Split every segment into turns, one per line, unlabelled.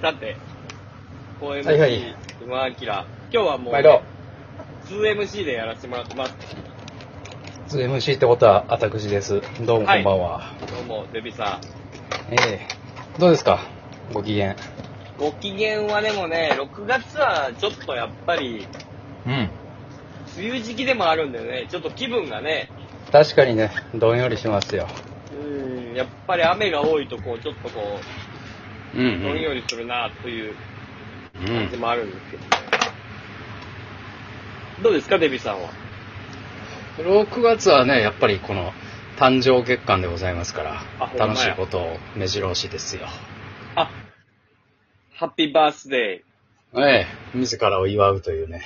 さて、公演
はいはい
MC、馬明。今日はもう、
毎度、
2MC でやらせてもらってます。
2MC ってことは、私です。どうもこんばんは。
どうも、デビさん。
ええどうですかご機嫌。
ご機嫌はでもね、6月はちょっとやっぱり、
うん。
梅雨時期でもあるんだよね。ちょっと気分がね、
確かにね、どんよりしますよ。
うん、やっぱり雨が多いとこう、ちょっとこ
うん、
う、どんよりするなという
う
感じもあるんですけどね。どうですか、デビさんは。
6月はね、やっぱりこの、誕生月間でございますから
あほんまや
楽しいことを目白押しですよ。
あ、ハッピーバースデー。
ええ自らを祝うというね。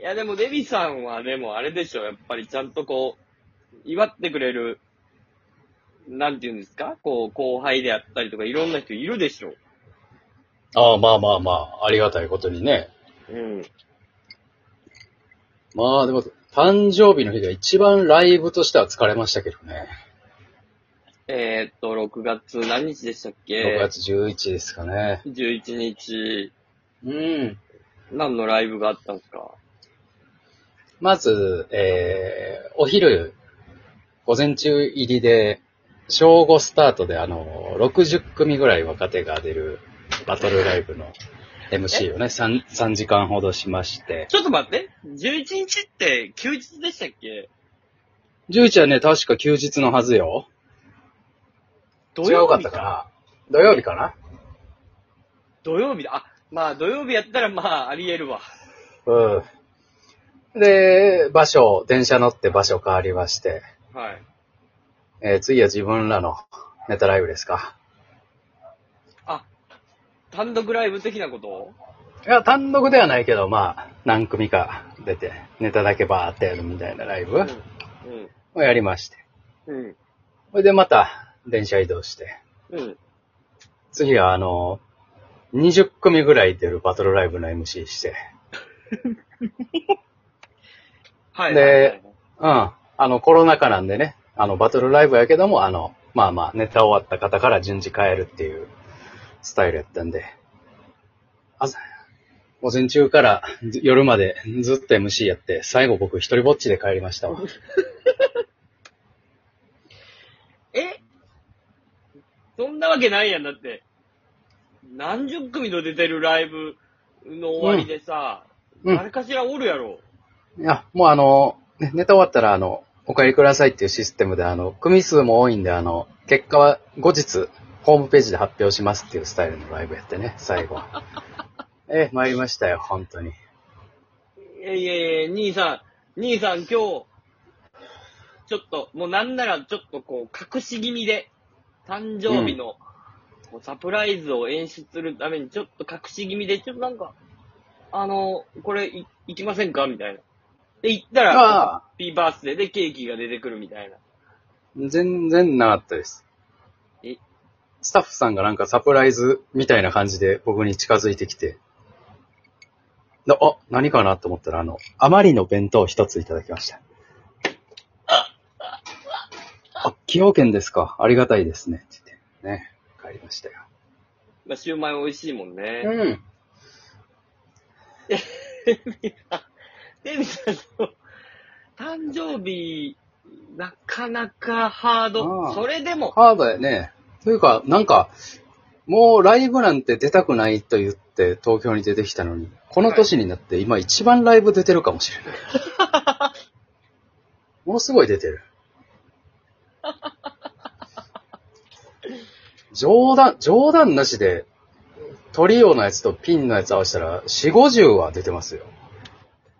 いや、でも、デビさんは、でも、あれでしょ、やっぱり、ちゃんとこう、祝ってくれる、なんていうんですかこう、後輩であったりとか、いろんな人いるでしょ。
ああ、まあまあまあ、ありがたいことにね。
うん。
まあでも、誕生日の日が一番ライブとしては疲れましたけどね。
えー、っと、6月何日でしたっ
6
け
月11ですかね。
11日、
うん。
何のライブがあったんですか
まず、えー、お昼、午前中入りで、正午スタートで、あの、60組ぐらい若手が出るバトルライブの MC をね、3, 3時間ほどしまして。
ちょっと待って、11日って休日でしたっけ
11はね、確か休日のはずよ。
土曜
違うかっ
日
たかな土曜日かな
土曜日だ。あ、まあ、土曜日やったら、まあ、あり得るわ。
うん。で、場所、電車乗って場所変わりまして、
はい。
えー次は自分らのネタライブですか。
あ、単独ライブ的なこと
いや、単独ではないけど、まあ、何組か出て、ネタだけバーってやるみたいなライブ
うん。
をやりまして。
うん。
それでまた、電車移動して。
うん。
次は、あの、20組ぐらい出るバトルライブの MC して。
はい。
で
はいはいはい
うん。あの、コロナ禍なんでね、あの、バトルライブやけども、あの、まあまあ、ネタ終わった方から順次変えるっていうスタイルやったんで。朝、午前中からず夜までずっと MC やって、最後僕一人ぼっちで帰りましたわ。
えそんなわけないやん、だって。何十組の出てるライブの終わりでさ、
うんうん
誰かしらおるやろ。
いや、もうあの、ねネタ終わったら、あの、お帰りくださいっていうシステムで、あの、組数も多いんで、あの、結果は後日、ホームページで発表しますっていうスタイルのライブやってね、最後は。ええ、参りましたよ、本当に。
いやいやいや、兄さん、兄さん今日、ちょっと、もうなんならちょっとこう、隠し気味で、誕生日の、こうサプライズを演出するために、ちょっと隠し気味で、ちょっとなんか、あの、これい、行きませんかみたいな。で、行ったら、
ああ
ハッピーバースデーでケーキが出てくるみたいな。
全然なかったです
え。
スタッフさんがなんかサプライズみたいな感じで僕に近づいてきて、であ、何かなと思ったら、あの、あまりの弁当を一ついただきました。あ、崎陽軒ですか。ありがたいですね。って言って、ね、帰りましたよ。
まあ、シューマイ美味しいもんね。
うん。
デビさんの誕生日、なかなかハー
あ
ド。
あ
それでも、
ハードやね。というか、なんか、もうライブなんて出たくないと言って東京に出てきたのに、この年になって今一番ライブ出てるかもしれない。ものすごい出てる。冗談、冗談なしで、トリオのやつとピンのやつ合わせたら、四五十は出てますよ。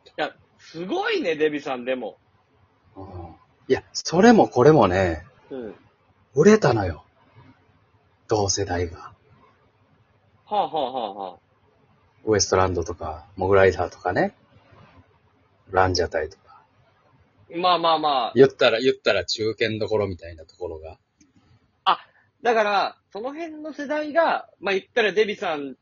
いや、すごいね、デビさんでも。
うんいや、それもこれもね、
うん。は
売れたのよ。同世代が。
あ、はあはあはあ、
ウエストランドとか、モグライダーとかね、ランジャタイとか、
まあまあまあ。
言ったら、言ったら中堅どころみたいなところが。
だから、その辺の世代が、まあ言ったらデビさん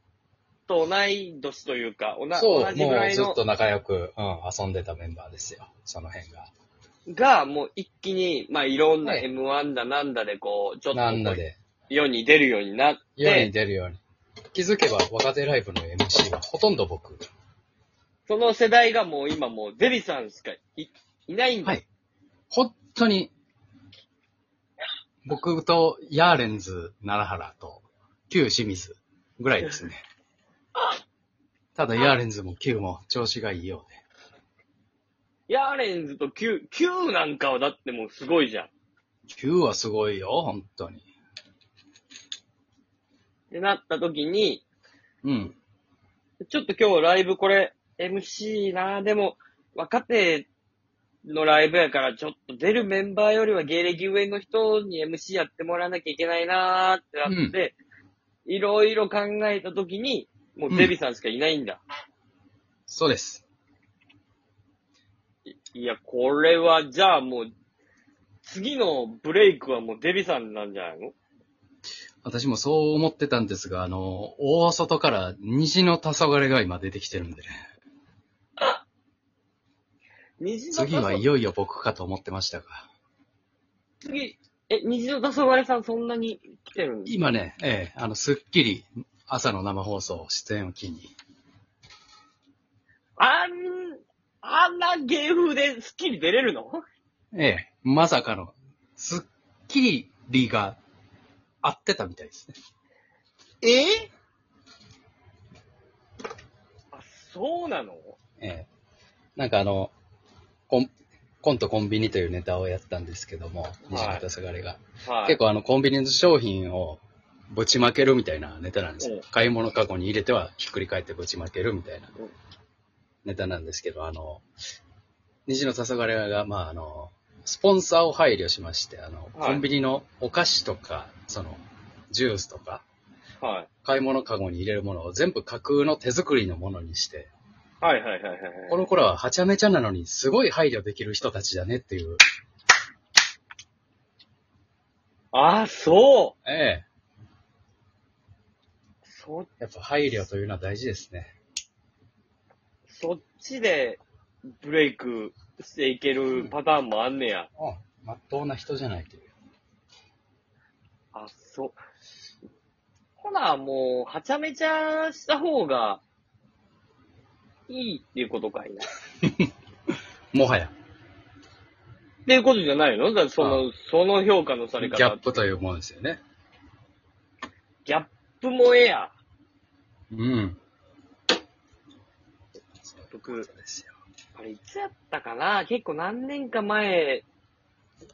と同い年というか、おな
そう、
同じぐ
も
ら
う
い
ずっ
の
と仲良く、うん、遊んでたメンバーですよ、その辺が。
が、もう一気に、まあいろんな
はい
M1 だなんだでこう、ちょっとこう、
なんだで。
世に出るようになっ
世に
て、
出るように。気づけば若手ライブの MC はほとんど僕。
その世代がもう今もうゼビさんしかいいないんだ。
はい。本当に、僕とヤーレンズ、奈良原と、旧清水ぐらいです ね。ただヤーレンズも旧も調子がいいようで。
ヤーレンズと Q、Q なんかはだってもうすごいじゃん。っ
旧はすごいよ、本当に。
てなった時に、
うん。
ちょっと今日ライブこれ MC なでも若手のライブやからちょっと出るメンバーよりは芸歴上の人に MC やってもらわなきゃいけないなーってなって、いろいろ考えた時に、もうゼビさんしかいないんだ。
そうです。
いや、これはじゃあもう、次のブレイクはもうデビさんなんじゃないの
私もそう思ってたんですが、あの、大外から虹の黄昏が今出てきてるんでね。
虹の黄
次はい
昏
よいよ僕かと思ってましたが。
次、え、虹の黄昏さんそんなに来てるん
今ね、ええ、あの、スッキリ朝の生放送出演を機に、
あん、あんな芸風でスッキリ出れるの
ええ、まさかの、スッキリが合ってたみたいですね。
えあ、そうなの
ええ。なんかあの、コンコントコンビニというネタをやったんですけども、西
はい
方すがれが。
はい。
結構あの、コンビニの商品をぶちまけるみたいなネタなんですよ
うん
買い物カゴに入れてはひっくり返ってぶちまけるみたいな
うん
ネタなんですけど、あの、西野黄昏が、まああの、スポンサーを配慮しまして、あの、
はい
コンビニのお菓子とか、その、ジュースとか、
はい。
買い物カゴに入れるものを全部架空の手作りのものにして、
はいはいはいはいはい。
この頃ははちゃめちゃなのにすごい配慮できる人たちだねっていう、
あ、そ
ええ、
うそ、
やっぱ配慮というのは大事ですね。
そっちでブレイクしていけるパターンもあんねや。
うん、まっとうな人じゃないという。
あ、そう。ほな、もう、はちゃめちゃした方が、いいっていうことかいな。っ
もはや、
ていうことじゃないのだってその、その評価のされ
ギ
方。
ャッ。プというものですよね。
ギャップもええや。
うん。
僕、
そうですよ。
あれ、いつやったかな結構何年か前、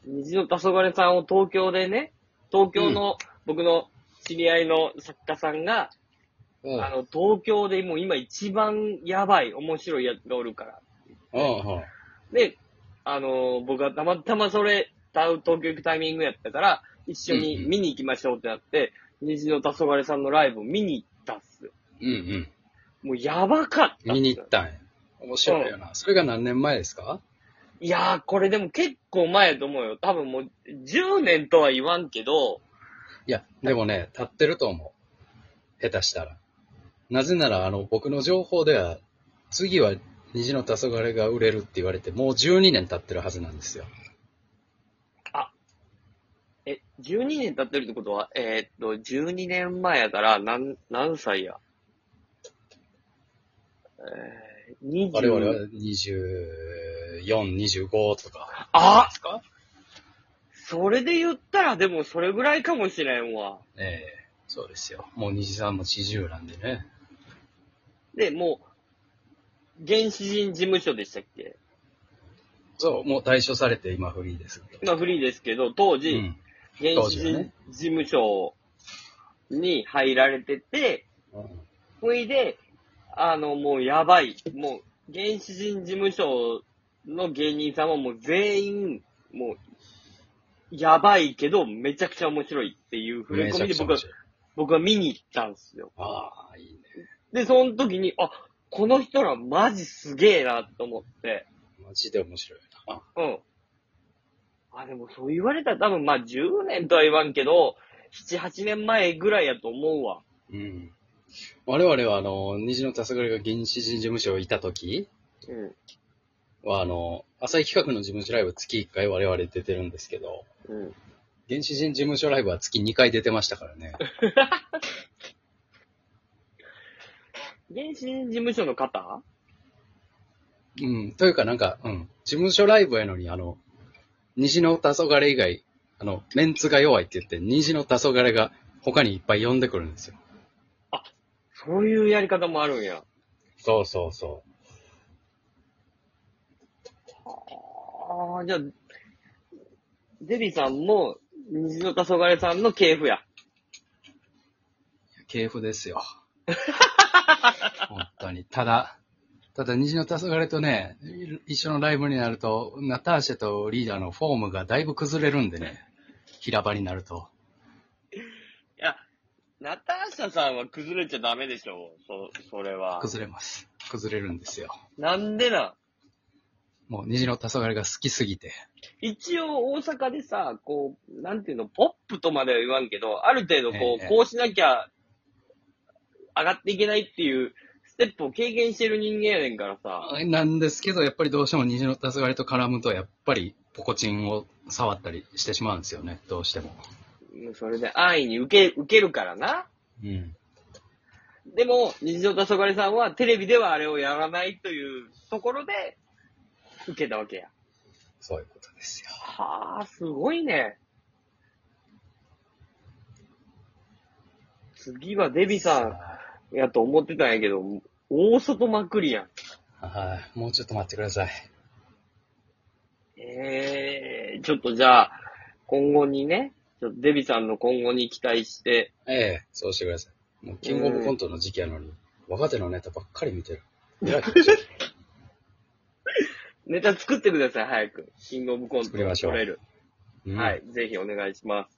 虹の黄昏さんを東京でね、東京の、僕の知り合いの作家さんが、
うん。
あの、東京でもう今一番やばい、面白いやつがおるから。
うんうん。
で、あのー僕はたまたまそれ、歌う東京行くタイミングやったから、一緒
うん
に
うん
見に行きましょうってなって、虹の黄昏さんのライブを見に行ったっすよ。
うん
もうやばかったっす
うん。
よ。
見に行ったんや。面白いよな。それが何年前ですか
いやー、これでも結構前やと思うよ。多分もう、10年とは言わんけど、
いや、でもね、立ってると思う。下手したら。なぜなら、あの、僕の情報では、次は虹の黄昏が売れるって言われて、もう12年経ってるはずなんですよ。
え、12年経ってるってことは、えーっと、12年前やから、なん、何歳やえー、
我々は
20、
24、25とか。
あ
ですか
それで言ったら、でもそれぐらいかもしれんわ。
ええそうですよ。もう虹さんも40なんでね。
で、もう、原始人事務所でしたっけ
そう、もう退所されて今フリーですけど。
今フリーですけど、当時、
うん。
原始
当時は
人
ね
事務所に入られてて、
うん
ほいで、あの、もうやばい。もう、原始人事務所の芸人さんはもう全員、もう、やばいけど、めちゃくちゃ面白いっていう触れ込みで僕は、僕は見に行ったんですよ。
ああ、いいね。
で、その時に、あ、この人らマジすげえなと思って、
マジで面白いな。
うん。あ、でもそう言われたら多分まあ10年とは言わんけど、7、8年前ぐらいやと思うわ。
うん。我々は、あの、虹の黄昏が原始人事務所にいた時
うん。
は、あの、浅井企画の事務所ライブ月1回我々出てるんですけど、
うん。
原始人事務所ライブは月2回出てましたから ね。
原神事務所の方
うん。というかなんか、うん。事務所ライブやのに、あの、虹の黄昏以外、あの、メンツが弱いって言って、虹の黄昏が他にいっぱい呼んでくるんですよ。
そういうやり方もあるんや。
そうそうそ
ああ、じゃあ、デビさんも、虹の黄昏さんの系譜や。
う。系譜ですよ。本当に。ただ、ただ虹の黄昏とね、一緒のライブになると、ナターシェとリーダーのフォームがだいぶ崩れるんでね。平場になると。
いや、ナターシャさんは崩れちゃダメでしょ。そ、それは。
崩れます。崩れるんですよ。
なんでなん
もう虹の黄昏が好きすぎて。
一応大阪でさ、こう、なんていうの、ポップとまでは言わんけど、ある程度こ
え
う、
え
こうしなきゃ、上がっていけないっていう、ステップを経験してる人間やねんからさ。
なんですけど、やっぱりどうしても虹の黄昏と絡むと、やっぱりポコチンを触ったりしてしまうんですよね、どうしても。
うんそれで安易に受け、受けるからな。
うん。
でも、日常黄昏さんはテレビではあれをやらないというところで、受けたわけや。
そういうことですよ。
はあ、すごいね。次はデビさんやと思ってたんやけど、大外まくりやん。
はい。もうちょっと待ってください。
ええちょっとじゃあ、今後にね、ちょっとデビさんの今後に期待して、
ええそうしてください。もう、キングオブコントの時期やのに、若手のネタばっかり見てる。偉いこっちゃ
ネタ作ってください、早く。キングオブコント
作りましょう
撮れる。
うん
はい、ぜひお願いします。